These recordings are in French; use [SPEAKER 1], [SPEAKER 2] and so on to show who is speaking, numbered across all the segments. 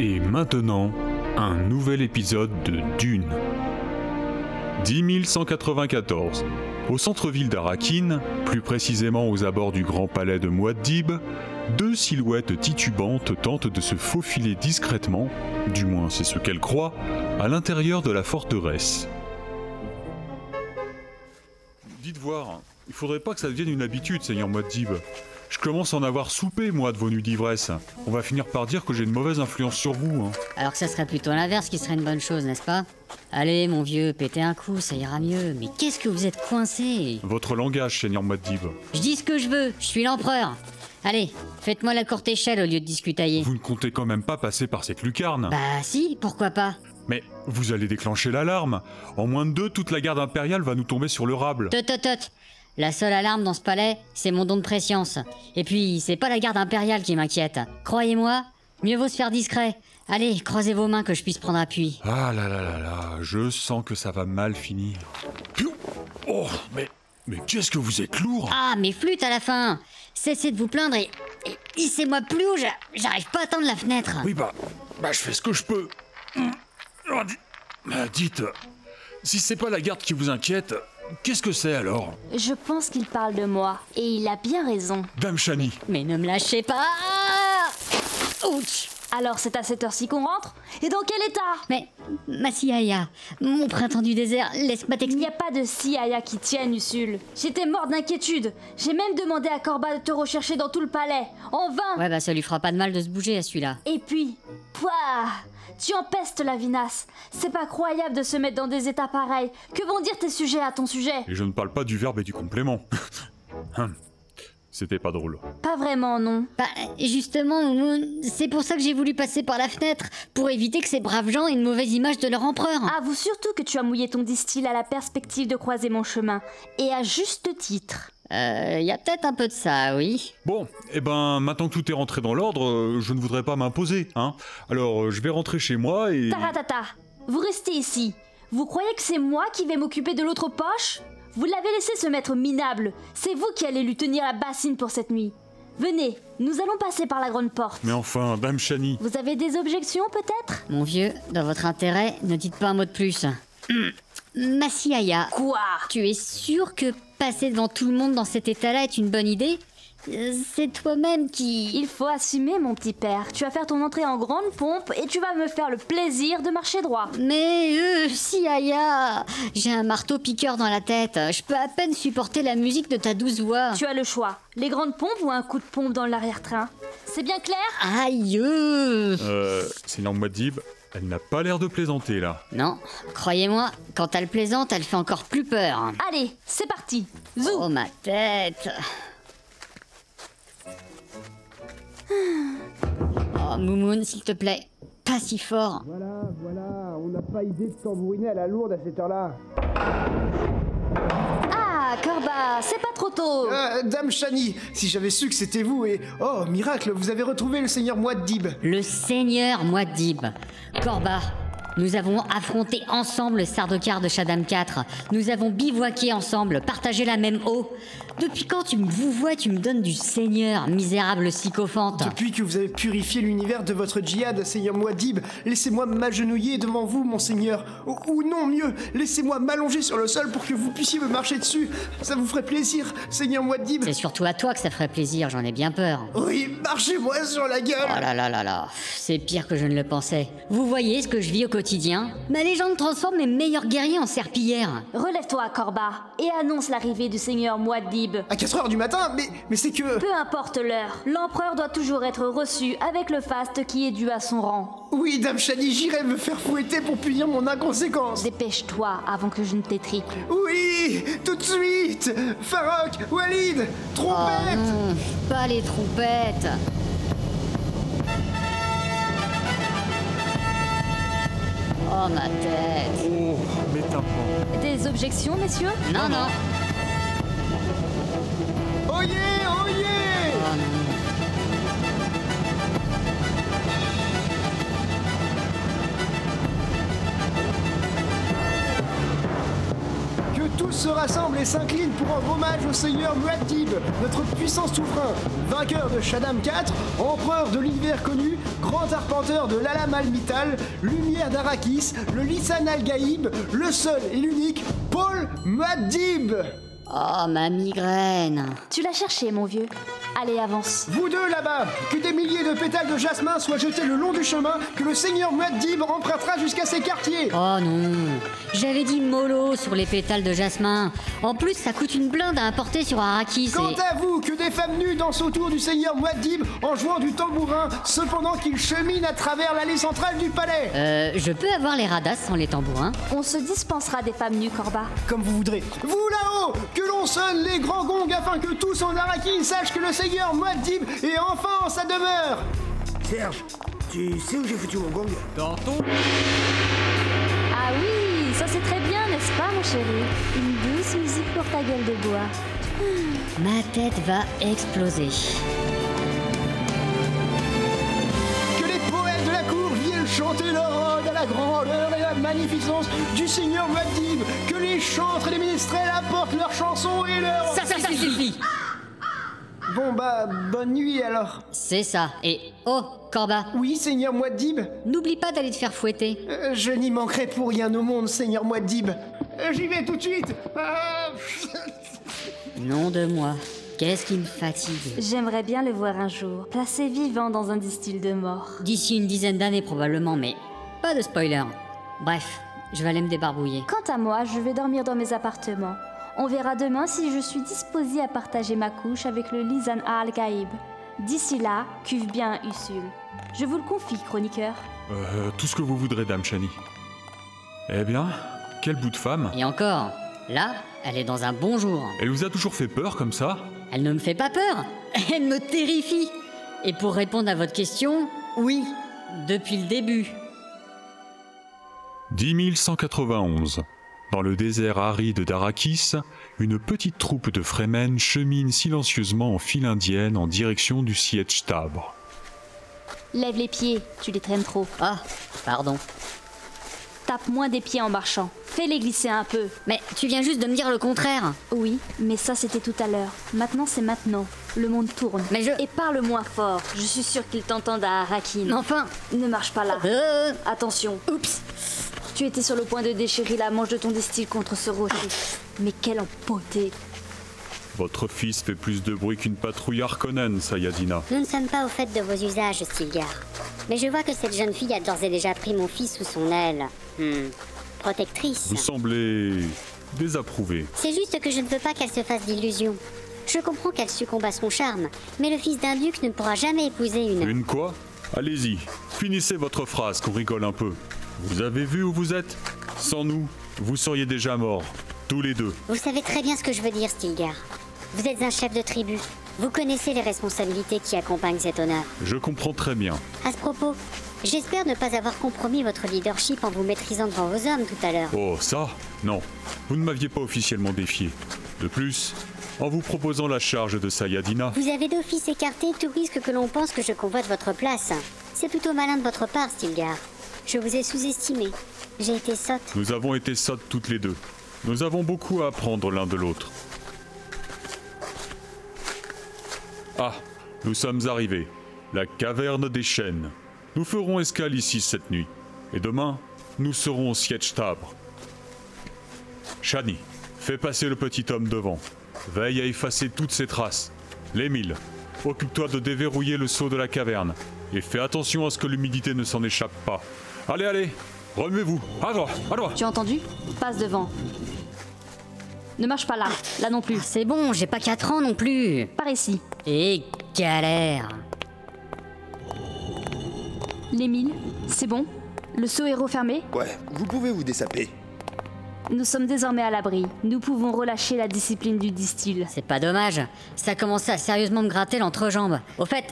[SPEAKER 1] Et maintenant, un nouvel épisode de Dune. 10194. Au centre-ville d'Arakin, plus précisément aux abords du grand palais de Muad'Dib, deux silhouettes titubantes tentent de se faufiler discrètement, du moins c'est ce qu'elles croient, à l'intérieur de la forteresse. Dites voir, il faudrait pas que ça devienne une habitude, Seigneur Muad'Dib. Je commence à en avoir soupé, moi, de vos nuits d'ivresse. On va finir par dire que j'ai une mauvaise influence sur vous. hein.
[SPEAKER 2] Alors que ça serait plutôt l'inverse qui serait une bonne chose, n'est-ce pas Allez, mon vieux, pétez un coup, ça ira mieux. Mais qu'est-ce que vous êtes coincé
[SPEAKER 1] Votre langage, Seigneur Muad'Dib.
[SPEAKER 2] Je dis ce que je veux, je suis l'empereur. Allez, faites-moi la courte échelle au lieu de discutailler.
[SPEAKER 1] Vous ne comptez quand même pas passer par cette lucarne.
[SPEAKER 2] Bah si, pourquoi pas
[SPEAKER 1] Mais vous allez déclencher l'alarme. En moins de deux, toute la garde impériale va nous tomber sur le rable.
[SPEAKER 2] Tot tot tot La seule alarme dans ce palais, c'est mon don de préscience. Et puis, c'est pas la garde impériale qui m'inquiète. Croyez-moi, mieux vaut se faire discret. Allez, croisez vos mains que je puisse prendre appui.
[SPEAKER 1] Ah là là là là, je sens que ça va mal finir. Piou Oh, mais, mais qu'est-ce que vous êtes lourd
[SPEAKER 2] Ah, mais flûte à la fin Cessez de vous plaindre et, et hissez-moi plus haut, j'a- j'arrive pas à atteindre la fenêtre
[SPEAKER 1] Oui, bah, bah, je fais ce que je peux. Hum. Ah, di- bah, dites, euh, si c'est pas la garde qui vous inquiète, qu'est-ce que c'est alors
[SPEAKER 3] Je pense qu'il parle de moi, et il a bien raison.
[SPEAKER 1] Dame Chani,
[SPEAKER 2] Mais ne me lâchez pas Ouch
[SPEAKER 3] Alors c'est à cette heure-ci qu'on rentre Et dans quel état
[SPEAKER 2] Mais, Massiaya, mon printemps du désert, laisse-moi
[SPEAKER 3] Il n'y
[SPEAKER 2] t'expliquer.
[SPEAKER 3] a pas de si Aya qui tienne, Usul. J'étais morte d'inquiétude. J'ai même demandé à Corba de te rechercher dans tout le palais. En vain
[SPEAKER 2] Ouais, bah ça lui fera pas de mal de se bouger à celui-là.
[SPEAKER 3] Et puis, pouah Tu empestes la vinasse. C'est pas croyable de se mettre dans des états pareils. Que vont dire tes sujets à ton sujet
[SPEAKER 1] et je ne parle pas du verbe et du complément. Hum. C'était pas drôle.
[SPEAKER 3] Pas vraiment, non.
[SPEAKER 2] Bah, justement, Moumoun, c'est pour ça que j'ai voulu passer par la fenêtre, pour éviter que ces braves gens aient une mauvaise image de leur empereur.
[SPEAKER 3] Avoue surtout que tu as mouillé ton distil à la perspective de croiser mon chemin. Et à juste titre.
[SPEAKER 2] Euh, y a peut-être un peu de ça, oui.
[SPEAKER 1] Bon, eh ben, maintenant que tout est rentré dans l'ordre, euh, je ne voudrais pas m'imposer, hein. Alors, euh, je vais rentrer chez moi et...
[SPEAKER 3] Taratata, vous restez ici. Vous croyez que c'est moi qui vais m'occuper de l'autre poche Vous l'avez laissé se mettre minable. C'est vous qui allez lui tenir la bassine pour cette nuit. Venez, nous allons passer par la grande porte.
[SPEAKER 1] Mais enfin, Dame Chani,
[SPEAKER 3] Vous avez des objections peut-être
[SPEAKER 2] Mon vieux, dans votre intérêt, ne dites pas un mot de plus. mm. Massiaya,
[SPEAKER 3] Quoi
[SPEAKER 2] tu es sûr que passer devant tout le monde dans cet état-là est une bonne idée Euh, C'est toi-même qui...
[SPEAKER 3] Il faut assumer, mon petit père. Tu vas faire ton entrée en grande pompe et tu vas me faire le plaisir de marcher droit.
[SPEAKER 2] Mais euh, Siaya, j'ai un marteau piqueur dans la tête. Je peux à peine supporter la musique de ta douce voix.
[SPEAKER 3] Tu as le choix. Les grandes pompes ou un coup de pompe dans l'arrière-train C'est bien clair
[SPEAKER 2] Ah, Aïe euh.
[SPEAKER 1] euh, Seigneur Mouadib, elle n'a pas l'air de plaisanter, là.
[SPEAKER 2] Non, croyez-moi, quand elle plaisante, elle fait encore plus peur.
[SPEAKER 3] Allez, c'est parti. Zou
[SPEAKER 2] Oh ma tête Oh Moumoun, s'il te plaît, pas si fort.
[SPEAKER 4] Voilà, voilà, on n'a pas idée de tambouriner à la lourde à cette heure-là.
[SPEAKER 3] Ah, Corba, c'est pas trop tôt.
[SPEAKER 5] Ah, Dame Chani, si j'avais su que c'était vous et... Oh, miracle, vous avez retrouvé le seigneur Mouad'Dib.
[SPEAKER 2] Le Seigneur Muad'Dib. Corba, nous avons affronté ensemble le Sardaukar de Shaddam IV. Nous avons bivouaqué ensemble, partagé la même eau. Depuis quand tu me vouvoies, tu me donnes du Seigneur, misérable sycophante
[SPEAKER 5] Depuis que vous avez purifié l'univers de votre djihad, seigneur Mouad'Dib, laissez-moi m'agenouiller devant vous, mon seigneur. Ou, ou non, mieux, laissez-moi m'allonger sur le sol pour que vous puissiez me marcher dessus. Ça vous ferait plaisir, seigneur Mouad'Dib.
[SPEAKER 2] C'est surtout à toi que ça ferait plaisir, j'en ai bien peur.
[SPEAKER 5] Oui, Oh, marchez-moi sur la
[SPEAKER 2] Oh
[SPEAKER 5] gueule.
[SPEAKER 2] là là là là, c'est pire que je ne le pensais. Vous voyez ce que je vis au quotidien Ma légende transforme mes meilleurs guerriers en serpillères.
[SPEAKER 3] Relève-toi, Corba, et annonce l'arrivée du seigneur Muad'Dib.
[SPEAKER 5] À 4 heures du matin, mais, mais c'est que...
[SPEAKER 3] Peu importe l'heure, l'empereur doit toujours être reçu avec le faste qui est dû à son rang.
[SPEAKER 5] Oui, Dame Chani, j'irai me faire fouetter pour punir mon inconséquence.
[SPEAKER 3] Dépêche-toi avant que je ne t'étriple.
[SPEAKER 5] Oui, tout de suite Farok, Walid, trompette
[SPEAKER 3] Ah,
[SPEAKER 2] Hum,
[SPEAKER 3] hmm,
[SPEAKER 2] pas les trompettes Oh ma tête
[SPEAKER 1] Oh, mes tympans.
[SPEAKER 3] Des objections, messieurs
[SPEAKER 2] Non non
[SPEAKER 5] Oh yeah, oh yeah Que tous se rassemblent et s'inclinent pour rendre hommage au seigneur Muad'Dib, notre puissant souverain, vainqueur de Shaddam IV, empereur de l'hiver connu, grand arpenteur de l'Alam al-Mital, lumière d'Arakis, le Lissan al-Gaïb, le seul et l'unique Paul Muad'Dib
[SPEAKER 2] Oh, ma migraine
[SPEAKER 3] Tu l'as cherché, mon vieux. Allez, avance.
[SPEAKER 5] Vous deux là-bas, que des milliers de pétales de jasmin soient jetés le long du chemin que le seigneur Muad'Dib empruntera jusqu'à ses quartiers
[SPEAKER 2] Oh non J'avais dit mollo sur les pétales de jasmin. En plus, ça coûte une blinde à importer sur Arrakis
[SPEAKER 5] Quant
[SPEAKER 2] et...
[SPEAKER 5] à vous, que des femmes nues dansent autour du seigneur Muad'Dib en jouant du tambourin, cependant qu'il chemine à travers l'allée centrale du palais.
[SPEAKER 2] Euh, je peux avoir les radas sans les tambourins
[SPEAKER 3] On se dispensera des femmes nues, Corba.
[SPEAKER 5] Comme vous voudrez. Vous là-haut, que l'on sonne les grands gongs afin que tous en Araki sachent que le seigneur Muad'Dib est enfin en sa demeure.
[SPEAKER 6] Serge, tu sais où j'ai foutu mon gong
[SPEAKER 3] Ah oui, ça c'est très bien, n'est-ce pas, mon chéri Une douce musique pour ta gueule de bois.
[SPEAKER 2] Ma tête va exploser.
[SPEAKER 5] Que les poètes de la cour viennent chanter leur ode à la grandeur et la magnificence du seigneur Muad'Dib. Que les chantres et les ministrels apportent leurs chansons et leurs...
[SPEAKER 2] Ça, ça, suffit
[SPEAKER 5] Bon bah, bonne nuit alors.
[SPEAKER 2] C'est ça. Et... Oh, Corba,
[SPEAKER 5] Oui, seigneur Muad'Dib
[SPEAKER 2] n'oublie pas d'aller te faire fouetter.
[SPEAKER 5] Euh, Je n'y manquerai pour rien au monde, Seigneur Muad'Dib. Euh, J'y vais tout de suite. Ah,
[SPEAKER 2] Nom de moi. Qu'est-ce qui me fatigue
[SPEAKER 3] J'aimerais bien le voir un jour, placé vivant dans un distil de mort.
[SPEAKER 2] D'ici une dizaine d'années probablement, mais pas de spoiler. Bref, je vais aller me débarbouiller.
[SPEAKER 3] Quant à moi, je vais dormir dans mes appartements. On verra demain si je suis disposée à partager ma couche avec le Lisan Al-Gaïb. D'ici là, cuve bien Usul. Je vous le confie, chroniqueur.
[SPEAKER 1] Euh, tout ce que vous voudrez, Dame Chani. Eh bien, quel bout de femme
[SPEAKER 2] Et encore, là, elle est dans un bon jour.
[SPEAKER 1] Elle vous a toujours fait peur comme ça
[SPEAKER 2] Elle ne me fait pas peur, elle me terrifie. Et pour répondre à votre question, oui, depuis le début.
[SPEAKER 1] 10191. Dans le désert aride d'Arakis, une petite troupe de Fremen chemine silencieusement en file indienne en direction du siège Tabre.
[SPEAKER 3] Lève les pieds, tu les traînes trop.
[SPEAKER 2] Ah, pardon.
[SPEAKER 3] Tape moins des pieds en marchant. Fais-les glisser un peu.
[SPEAKER 2] Mais tu viens juste de me dire le contraire.
[SPEAKER 3] Oui, mais ça c'était tout à l'heure. Maintenant c'est maintenant. Le monde tourne.
[SPEAKER 2] Mais je-
[SPEAKER 3] Et parle moins fort. Je suis sûre qu'ils t'entendent à Arakin.
[SPEAKER 2] Mais Enfin,
[SPEAKER 3] Ne marche pas là.
[SPEAKER 2] euh,
[SPEAKER 3] Attention. Oups. Tu étais sur le point de déchirer la manche de ton destil contre ce rocher. Mais quelle empoté
[SPEAKER 1] Votre fils fait plus de bruit qu'une patrouille Harkonnen, Sayadina.
[SPEAKER 7] Nous ne sommes pas au fait de vos usages, Stilgar. Mais je vois que cette jeune fille a d'ores et déjà pris mon fils sous son aile. Hmm. Protectrice.
[SPEAKER 1] Vous semblez désapprouvé.
[SPEAKER 7] C'est juste que je ne veux pas qu'elle se fasse d'illusions. Je comprends qu'elle succombe à son charme, mais le fils d'un duc ne pourra jamais épouser une...
[SPEAKER 1] Une quoi Allez-y, finissez votre phrase qu'on rigole un peu. Vous avez vu où vous êtes Sans nous, vous seriez déjà morts, tous les deux.
[SPEAKER 7] Vous savez très bien ce que je veux dire, Stilgar. Vous êtes un chef de tribu. Vous connaissez les responsabilités qui accompagnent cet honneur.
[SPEAKER 1] Je comprends très bien.
[SPEAKER 7] À ce propos, j'espère ne pas avoir compromis votre leadership en vous maîtrisant devant vos hommes tout à l'heure.
[SPEAKER 1] Oh, ça Non, vous ne m'aviez pas officiellement défié. De plus, en vous proposant la charge de Sayadina,
[SPEAKER 7] Vous avez d'office écarté tout risque que l'on pense que je convoite votre place. C'est plutôt malin de votre part, Stilgar. Je vous ai sous-estimé. J'ai été sotte.
[SPEAKER 1] nous avons été sottes toutes les deux. Nous avons beaucoup à apprendre l'un de l'autre. Ah, nous sommes arrivés. La caverne des chênes. Nous ferons escale ici cette nuit. Et demain, nous serons au siège Tabre. Shani, fais passer le petit homme devant. Veille à effacer toutes ses traces. L'émile, occupe-toi de déverrouiller le seau de la caverne. Et fais attention à ce que l'humidité ne s'en échappe pas. Allez, allez, remuez-vous. À droite, à droite.
[SPEAKER 3] Tu as entendu Passe devant. Ne marche pas là, là non plus.
[SPEAKER 2] Ah, c'est bon, j'ai pas 4 ans non plus.
[SPEAKER 3] Par ici.
[SPEAKER 2] Et galère.
[SPEAKER 3] Les milles, c'est bon Le seau est refermé
[SPEAKER 6] Ouais, vous pouvez vous dessaper.
[SPEAKER 3] Nous sommes désormais à l'abri. Nous pouvons relâcher la discipline du distil.
[SPEAKER 2] C'est pas dommage. Ça commençait à sérieusement me gratter l'entrejambe. Au fait,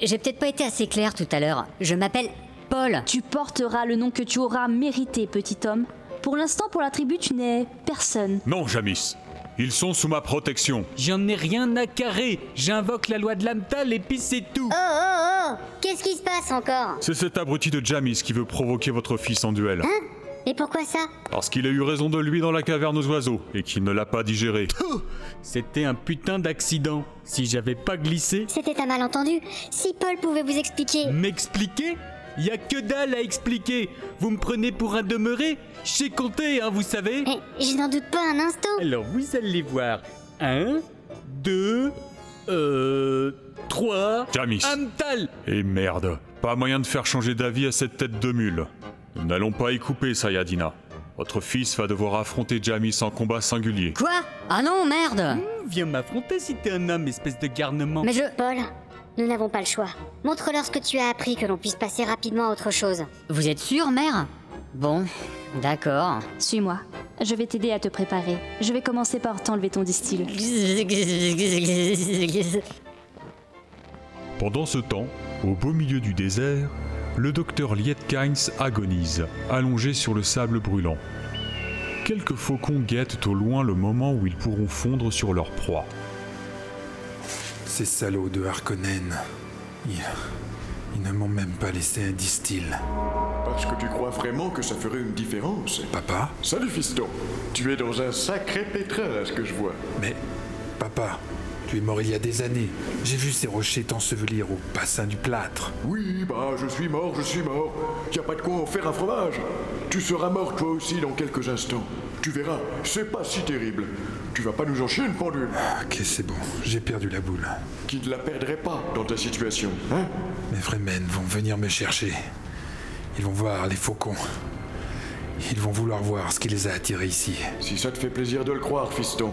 [SPEAKER 2] j'ai peut-être pas été assez clair tout à l'heure. Je m'appelle Paul.
[SPEAKER 3] Tu porteras le nom que tu auras mérité, petit homme. Pour l'instant, pour la tribu, tu n'es personne.
[SPEAKER 1] Non, Jamis. Ils sont sous ma protection.
[SPEAKER 8] J'en ai rien à carrer. J'invoque la loi de l'Amtal et puis c'est tout.
[SPEAKER 7] Oh oh oh Qu'est-ce qui se passe encore
[SPEAKER 1] C'est cet abruti de Jamis qui veut provoquer votre fils en duel.
[SPEAKER 7] Et pourquoi ça
[SPEAKER 1] Parce qu'il a eu raison de lui dans la caverne aux oiseaux et qu'il ne l'a pas digéré.
[SPEAKER 8] C'était un putain d'accident. Si j'avais pas glissé,
[SPEAKER 7] C'était un malentendu. Si Paul pouvait vous expliquer.
[SPEAKER 8] m'expliquer Y a que dalle à expliquer. Vous me prenez pour un demeuré Je sais compter, hein, vous savez.
[SPEAKER 7] Mais je n'en doute pas un instant.
[SPEAKER 8] Alors vous allez voir. Un, deux, euh, trois.
[SPEAKER 1] Jamis.
[SPEAKER 8] Amtal.
[SPEAKER 1] Et merde, pas moyen de faire changer d'avis à cette tête de mule. Nous n'allons pas y couper, Sayadina. Votre fils va devoir affronter Jamis en combat singulier.
[SPEAKER 2] Quoi Ah non, merde
[SPEAKER 8] Mmh, Viens m'affronter si t'es un homme, espèce de garnement.
[SPEAKER 2] Mais je...
[SPEAKER 7] Paul, nous n'avons pas le choix. Montre-leur ce que tu as appris, que l'on puisse passer rapidement à autre chose.
[SPEAKER 2] Vous êtes sûr, mère Bon, d'accord.
[SPEAKER 3] Suis-moi. Je vais t'aider à te préparer. Je vais commencer par t'enlever ton distil.
[SPEAKER 2] Euh,
[SPEAKER 1] Pendant ce temps, au beau milieu du désert, le docteur Lietkines agonise, allongé sur le sable brûlant. Quelques faucons guettent au loin le moment où ils pourront fondre sur leur proie.
[SPEAKER 9] Ces salauds de Harkonnen. Ils, ils ne m'ont même pas laissé un distil.
[SPEAKER 10] Parce que tu crois vraiment que ça ferait une différence
[SPEAKER 9] Papa
[SPEAKER 10] Salut fiston, tu es dans un sacré pétrin à ce que je vois.
[SPEAKER 9] Mais. Papa, tu es mort il y a des années. J'ai vu ces rochers t'ensevelir au bassin du plâtre.
[SPEAKER 10] Oui, bah je suis mort, je suis mort. Y a pas de quoi en faire un fromage. Tu seras mort toi aussi dans quelques instants. Tu verras, c'est pas si terrible. Tu vas pas nous en chier une pendule.
[SPEAKER 9] Ah, Ok, c'est bon, j'ai perdu la boule.
[SPEAKER 10] Qui ne la perdrait pas dans ta situation, hein
[SPEAKER 9] Mes vrais men vont venir me chercher. Ils vont voir les faucons. Ils vont vouloir voir ce qui les a attirés ici.
[SPEAKER 10] Si ça te fait plaisir de le croire, fiston.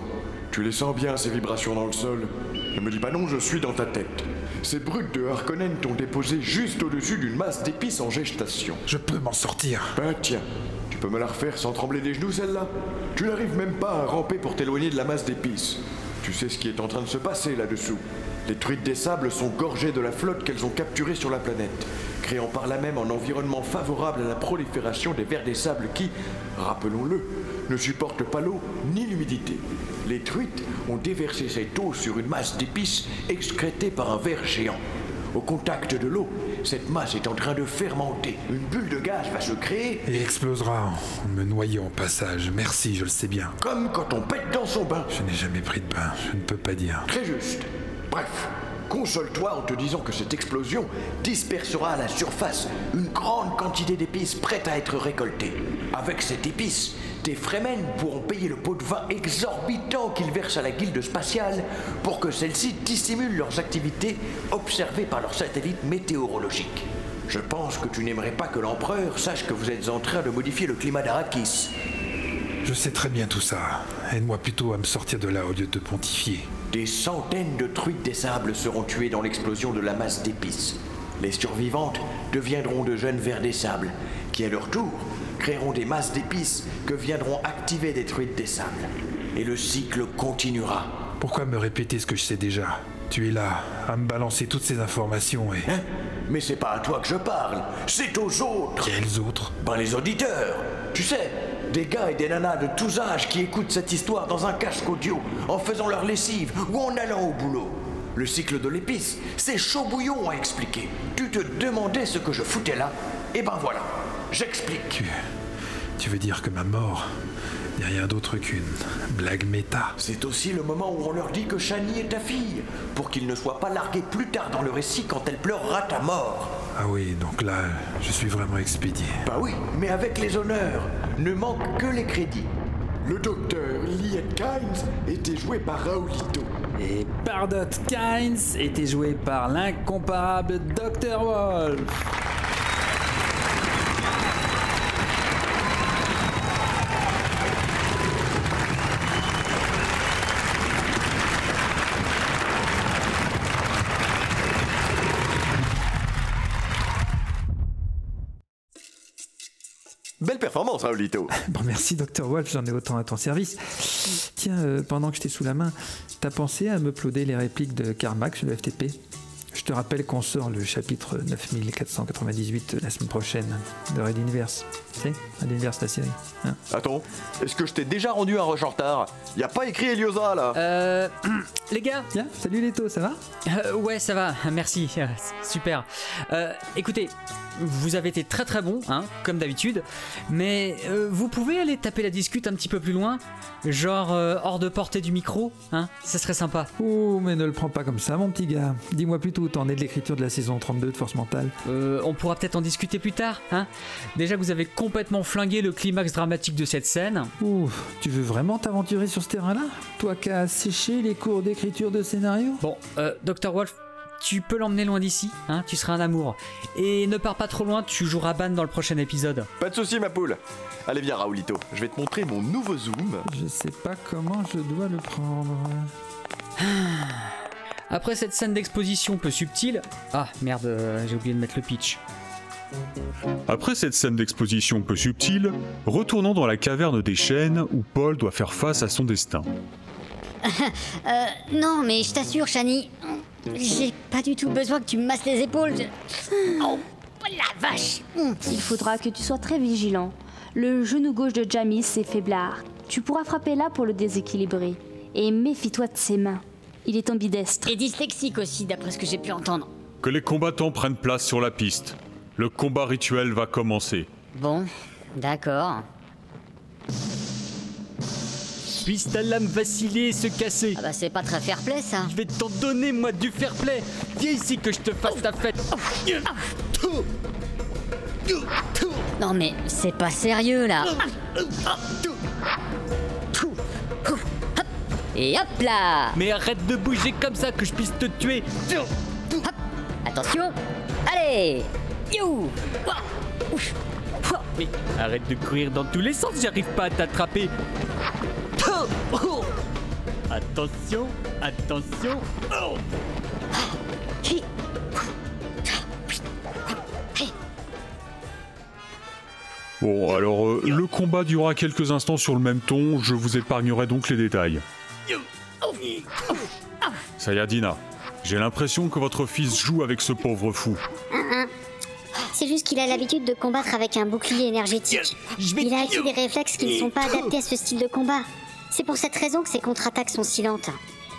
[SPEAKER 10] Tu les sens bien, ces vibrations dans le sol. Ne me dis pas non, je suis dans ta tête. Ces brutes de Harkonnen t'ont déposé juste au-dessus d'une masse d'épices en gestation.
[SPEAKER 9] Je peux m'en sortir.
[SPEAKER 10] Ben tiens, tu peux me la refaire sans trembler des genoux, celle-là Tu n'arrives même pas à ramper pour t'éloigner de la masse d'épices. Tu sais ce qui est en train de se passer là-dessous. Les truites des sables sont gorgées de la flotte qu'elles ont capturée sur la planète, créant par là même un environnement favorable à la prolifération des vers des sables qui, rappelons-le, ne supportent pas l'eau ni l'humidité. Les truites ont déversé cette eau sur une masse d'épices excrétée par un ver géant. Au contact de l'eau, cette masse est en train de fermenter. Une bulle de gaz va se créer
[SPEAKER 9] Et explosera en- en me noyant au passage. Merci, je le sais bien.
[SPEAKER 10] comme quand on pète dans son bain.
[SPEAKER 9] Je n'ai jamais pris de bain, je ne peux pas dire.
[SPEAKER 10] Très juste. Bref, console-toi en te disant que cette explosion dispersera à la surface une grande quantité d'épices prêtes à être récoltées. Avec cette épice, tes Fremen pourront payer le pot de vin exorbitant qu'ils versent à la guilde spatiale pour que celle-ci dissimule leurs activités observées par leurs satellites météorologiques. Je pense que tu n'aimerais pas que l'empereur sache que vous êtes en train de modifier le climat d'Arakis.
[SPEAKER 9] Je sais très bien tout ça. Aide-moi plutôt à me sortir de là au lieu de pontifier.
[SPEAKER 10] Des centaines de truites des sables seront tuées dans l'explosion de la masse d'épices. Les survivantes deviendront de jeunes vers des sables, qui à leur tour créeront des masses d'épices que viendront activer des truites des sables. Et le cycle continuera.
[SPEAKER 9] Pourquoi me répéter ce que je sais déjà Tu es là, à me balancer toutes ces informations et...
[SPEAKER 10] Hein Mais c'est pas à toi que je parle, c'est aux autres.
[SPEAKER 9] Quels autres
[SPEAKER 10] Ben les auditeurs Tu sais, des gars et des nanas de tous âges qui écoutent cette histoire dans un casque audio, en faisant leur lessive ou en allant au boulot. Le cycle de l'épice, c'est chaud bouillon à expliquer. Tu te demandais ce que je foutais là Et ben voilà, j'explique.
[SPEAKER 9] Tu... Tu veux dire que ma mort n'est rien d'autre qu'une blague méta
[SPEAKER 10] C'est aussi le moment où on leur dit que Shani est ta fille, pour qu'ils ne soient pas largués plus tard dans le récit quand elle pleurera ta mort.
[SPEAKER 9] Ah oui, donc là, je suis vraiment expédié.
[SPEAKER 10] Bah oui, mais avec les honneurs, ne manque que les crédits. Le docteur Lietkins était joué par Raoulito.
[SPEAKER 8] Et Pardot Kynes était joué par l'incomparable Dr. Wolf.
[SPEAKER 10] Belle performance, hein, Raoulito.
[SPEAKER 11] Bon, merci, Docteur Wolf, j'en ai autant à ton service. Tiens, euh, pendant que j'étais sous la main, t'as pensé à me plauder les répliques de Carmack sur le FTP Je te rappelle qu'on sort le chapitre 9498 euh, la semaine prochaine de Red Universe. Tu sais, Red Universe, la série. hein.
[SPEAKER 10] Attends, est-ce que je t'ai déjà rendu un rush en retard Y a pas écrit Eliosa là
[SPEAKER 11] Euh,
[SPEAKER 8] Les gars,
[SPEAKER 11] tiens, salut Leto, ça va
[SPEAKER 8] euh, ouais, ça va, merci, euh, super. Euh, écoutez,
[SPEAKER 12] vous avez été très très bon, hein, comme d'habitude. Mais euh, vous pouvez aller taper la discute un petit peu plus loin, genre euh, hors de portée du micro, hein, ça serait sympa.
[SPEAKER 11] Ouh, mais ne le prends pas comme ça, mon petit gars. Dis-moi plutôt où t'en es de l'écriture de la saison 32 de Force Mentale.
[SPEAKER 12] Euh, on pourra peut-être en discuter plus tard, hein. Déjà que vous avez complètement flingué le climax dramatique de cette scène.
[SPEAKER 11] Ouh, tu veux vraiment t'aventurer sur ce terrain-là Toi qui as séché les cours d'écriture de scénario
[SPEAKER 12] Bon, euh, Dr. Wolf, tu peux l'emmener loin d'ici, hein, tu seras un amour. Et ne pars pas trop loin, tu joueras Ban dans le prochain épisode.
[SPEAKER 10] Pas de soucis, ma poule. Allez, viens, Raoulito. Je vais te montrer mon nouveau zoom.
[SPEAKER 11] Je sais pas comment je dois le prendre.
[SPEAKER 12] Ah. Après cette scène d'exposition peu subtile. Ah merde, euh, j'ai oublié de mettre le pitch.
[SPEAKER 1] Après cette scène d'exposition peu subtile, retournons dans la caverne des chênes où Paul doit faire face à son destin.
[SPEAKER 2] Euh, non, mais je t'assure, Shani, j'ai pas du tout besoin que tu me masses les épaules. je- Oh, la vache
[SPEAKER 3] Mm. Il faudra que tu sois très vigilant. Le genou gauche de Jamis est faiblard. Tu pourras frapper là pour le déséquilibrer. Et méfie-toi de ses mains. Il est ambidestre.
[SPEAKER 2] Et dyslexique aussi, d'après ce que j'ai pu entendre.
[SPEAKER 1] Que les combattants prennent place sur la piste. Le combat rituel va commencer.
[SPEAKER 2] Bon, d'accord.
[SPEAKER 12] Puisse ta lame vaciller et se casser.
[SPEAKER 2] Ah bah c'est pas très fair play ça.
[SPEAKER 12] Je vais t'en donner moi du fair play. Viens ici que je te fasse ta fête.
[SPEAKER 2] Non mais c'est pas sérieux là. Et hop là
[SPEAKER 12] Mais arrête de bouger comme ça que je puisse te tuer.
[SPEAKER 2] Attention Allez You
[SPEAKER 12] Mais arrête de courir dans tous les sens, j'arrive pas à t'attraper. Attention, attention. Oh
[SPEAKER 1] Bon, alors euh, le combat durera quelques instants sur le même ton, je vous épargnerai donc les détails. Sayadina, j'ai l'impression que votre fils joue avec ce pauvre fou.
[SPEAKER 7] Un, un. Ah, C'est juste qu'il a l'habitude de combattre avec un bouclier énergétique. Il a acquis des réflexes qui ne sont pas adaptés à ce style de combat. C'est pour cette raison que ses contre-attaques sont silentes.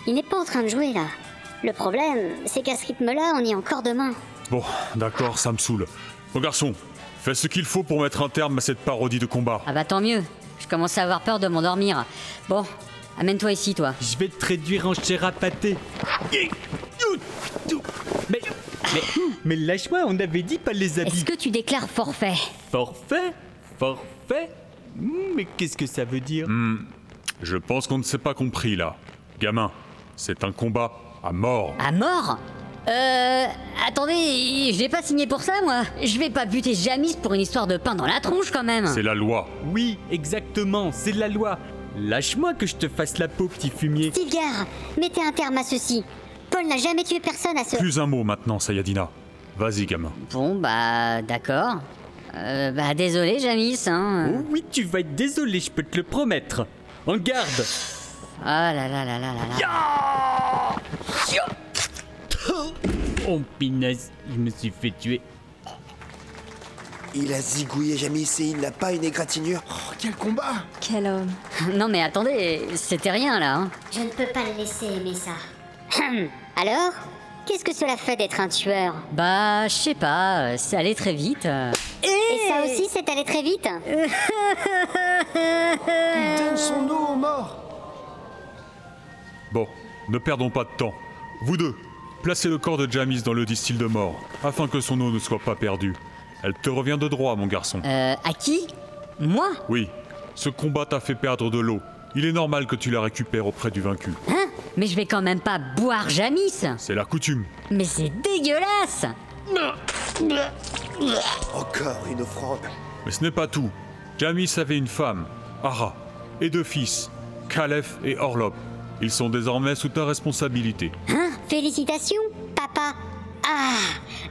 [SPEAKER 7] Il n'est pas en train de jouer là. Le problème, c'est qu'à ce rythme-là, on y est encore demain.
[SPEAKER 1] Bon, d'accord, ça me saoule. Mon garçon, fais ce qu'il faut pour mettre un terme à cette parodie de combat.
[SPEAKER 2] Ah bah tant mieux, je commence à avoir peur de m'endormir. Bon, amène-toi ici toi.
[SPEAKER 12] Je vais te réduire en chair à pâté. Mais, mais, mais lâche-moi, on avait dit pas les habits.
[SPEAKER 2] Est-ce que tu déclares forfait
[SPEAKER 12] Forfait Forfait Hmm, Mais qu'est-ce que ça veut dire
[SPEAKER 1] Hmm, je pense qu'on ne s'est pas compris là. Gamin, c'est un combat à mort.
[SPEAKER 2] À mort Euh... Attendez, je l'ai pas signé pour ça moi Je vais pas buter Jamis pour une histoire de pain dans la tronche quand même
[SPEAKER 1] C'est la loi.
[SPEAKER 12] Oui, exactement, c'est la loi. Lâche-moi que je te fasse la peau, petit fumier.
[SPEAKER 7] Stilgar, mettez un terme à ceci. Paul n'a jamais tué personne à ce.
[SPEAKER 1] Plus un mot maintenant, Sayadina. Vas-y, gamin.
[SPEAKER 2] Bon bah d'accord. Euh, bah désolé Jamis, hein.
[SPEAKER 12] Oh oui, tu vas être désolé, je peux te le promettre. En garde
[SPEAKER 2] Ah là là là là là là.
[SPEAKER 12] Oh pinaise, je me suis fait tuer.
[SPEAKER 6] Il a zigouillé Jamis et il n'a pas une égratignure. Oh,
[SPEAKER 5] quel combat
[SPEAKER 3] Quel homme.
[SPEAKER 2] Non mais attendez, c'était rien là. hein.
[SPEAKER 7] Je ne peux pas le laisser aimer ça. Hum. Alors Qu'est-ce que cela fait d'être un tueur
[SPEAKER 2] Bah je sais pas, euh, c'est allé très vite. euh.
[SPEAKER 7] Et ça
[SPEAKER 5] Eh
[SPEAKER 7] aussi, c'est allé très vite
[SPEAKER 5] Il donne son eau aux morts
[SPEAKER 1] Bon, ne perdons pas de temps. Vous deux, placez le corps de Jamis dans le distil de mort, afin que son eau ne soit pas perdue. Elle te revient de droit, mon garçon.
[SPEAKER 2] Euh, à qui Moi
[SPEAKER 1] Oui, ce combat t'a fait perdre de l'eau. Il est normal que tu la récupères auprès du vaincu.
[SPEAKER 2] Hein Mais je vais quand même pas boire Jamis
[SPEAKER 1] C'est la coutume.
[SPEAKER 2] Mais c'est dégueulasse
[SPEAKER 6] Encore une offrande.
[SPEAKER 1] Mais ce n'est pas tout. Jamis avait une femme, Ara, et deux fils, Kalef et Orlop. Ils sont désormais sous ta responsabilité.
[SPEAKER 7] Hein Félicitations, papa Ah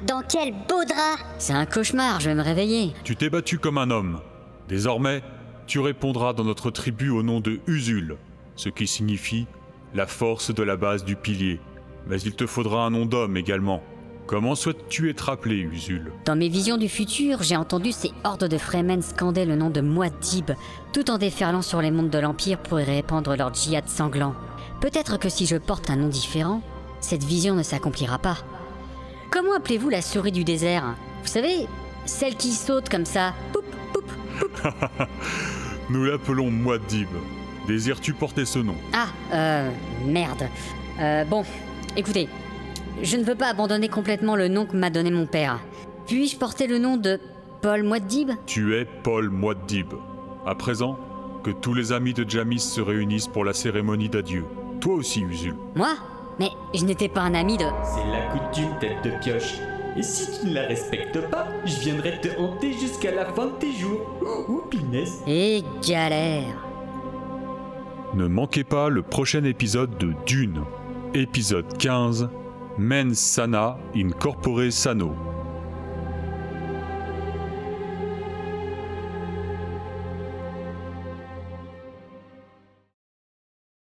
[SPEAKER 7] Dans quel beau drap
[SPEAKER 2] C'est un cauchemar, je vais me réveiller.
[SPEAKER 1] Tu t'es battu comme un homme. Désormais, tu répondras dans notre tribu au nom de Usul, ce qui signifie la force de la base du pilier. Mais il te faudra un nom d'homme également. Comment souhaites-tu être appelé, Usul
[SPEAKER 2] Dans mes visions du futur, j'ai entendu ces hordes de Fremen scander le nom de Muad'Dib, tout en déferlant sur les mondes de l'Empire pour y répandre leur djihad sanglant. Peut-être que si je porte un nom différent, cette vision ne s'accomplira pas. Comment appelez-vous la souris du désert Vous savez, Celle qui saute comme ça. Poup, poup.
[SPEAKER 1] Nous l'appelons Mouadib. Désires-tu porter ce nom
[SPEAKER 2] Ah, euh, merde. Euh, bon, écoutez, je ne veux pas abandonner complètement le nom que m'a donné mon père. Puis-je porter le nom de Paul Mouadib
[SPEAKER 1] Tu es Paul Mouadib. À présent, que tous les amis de Jamis se réunissent pour la cérémonie d'adieu. Toi aussi, Usul.
[SPEAKER 2] Moi Mais je n'étais pas un ami de...
[SPEAKER 8] C'est la coutume, tête de pioche. Et si tu ne la respectes pas, je viendrai te hanter jusqu'à la fin de tes jours. Ouh, pinaise.
[SPEAKER 2] Et galère
[SPEAKER 1] Ne manquez pas le prochain épisode de Dune, épisode 15, Mens Sana Incorpore Sano.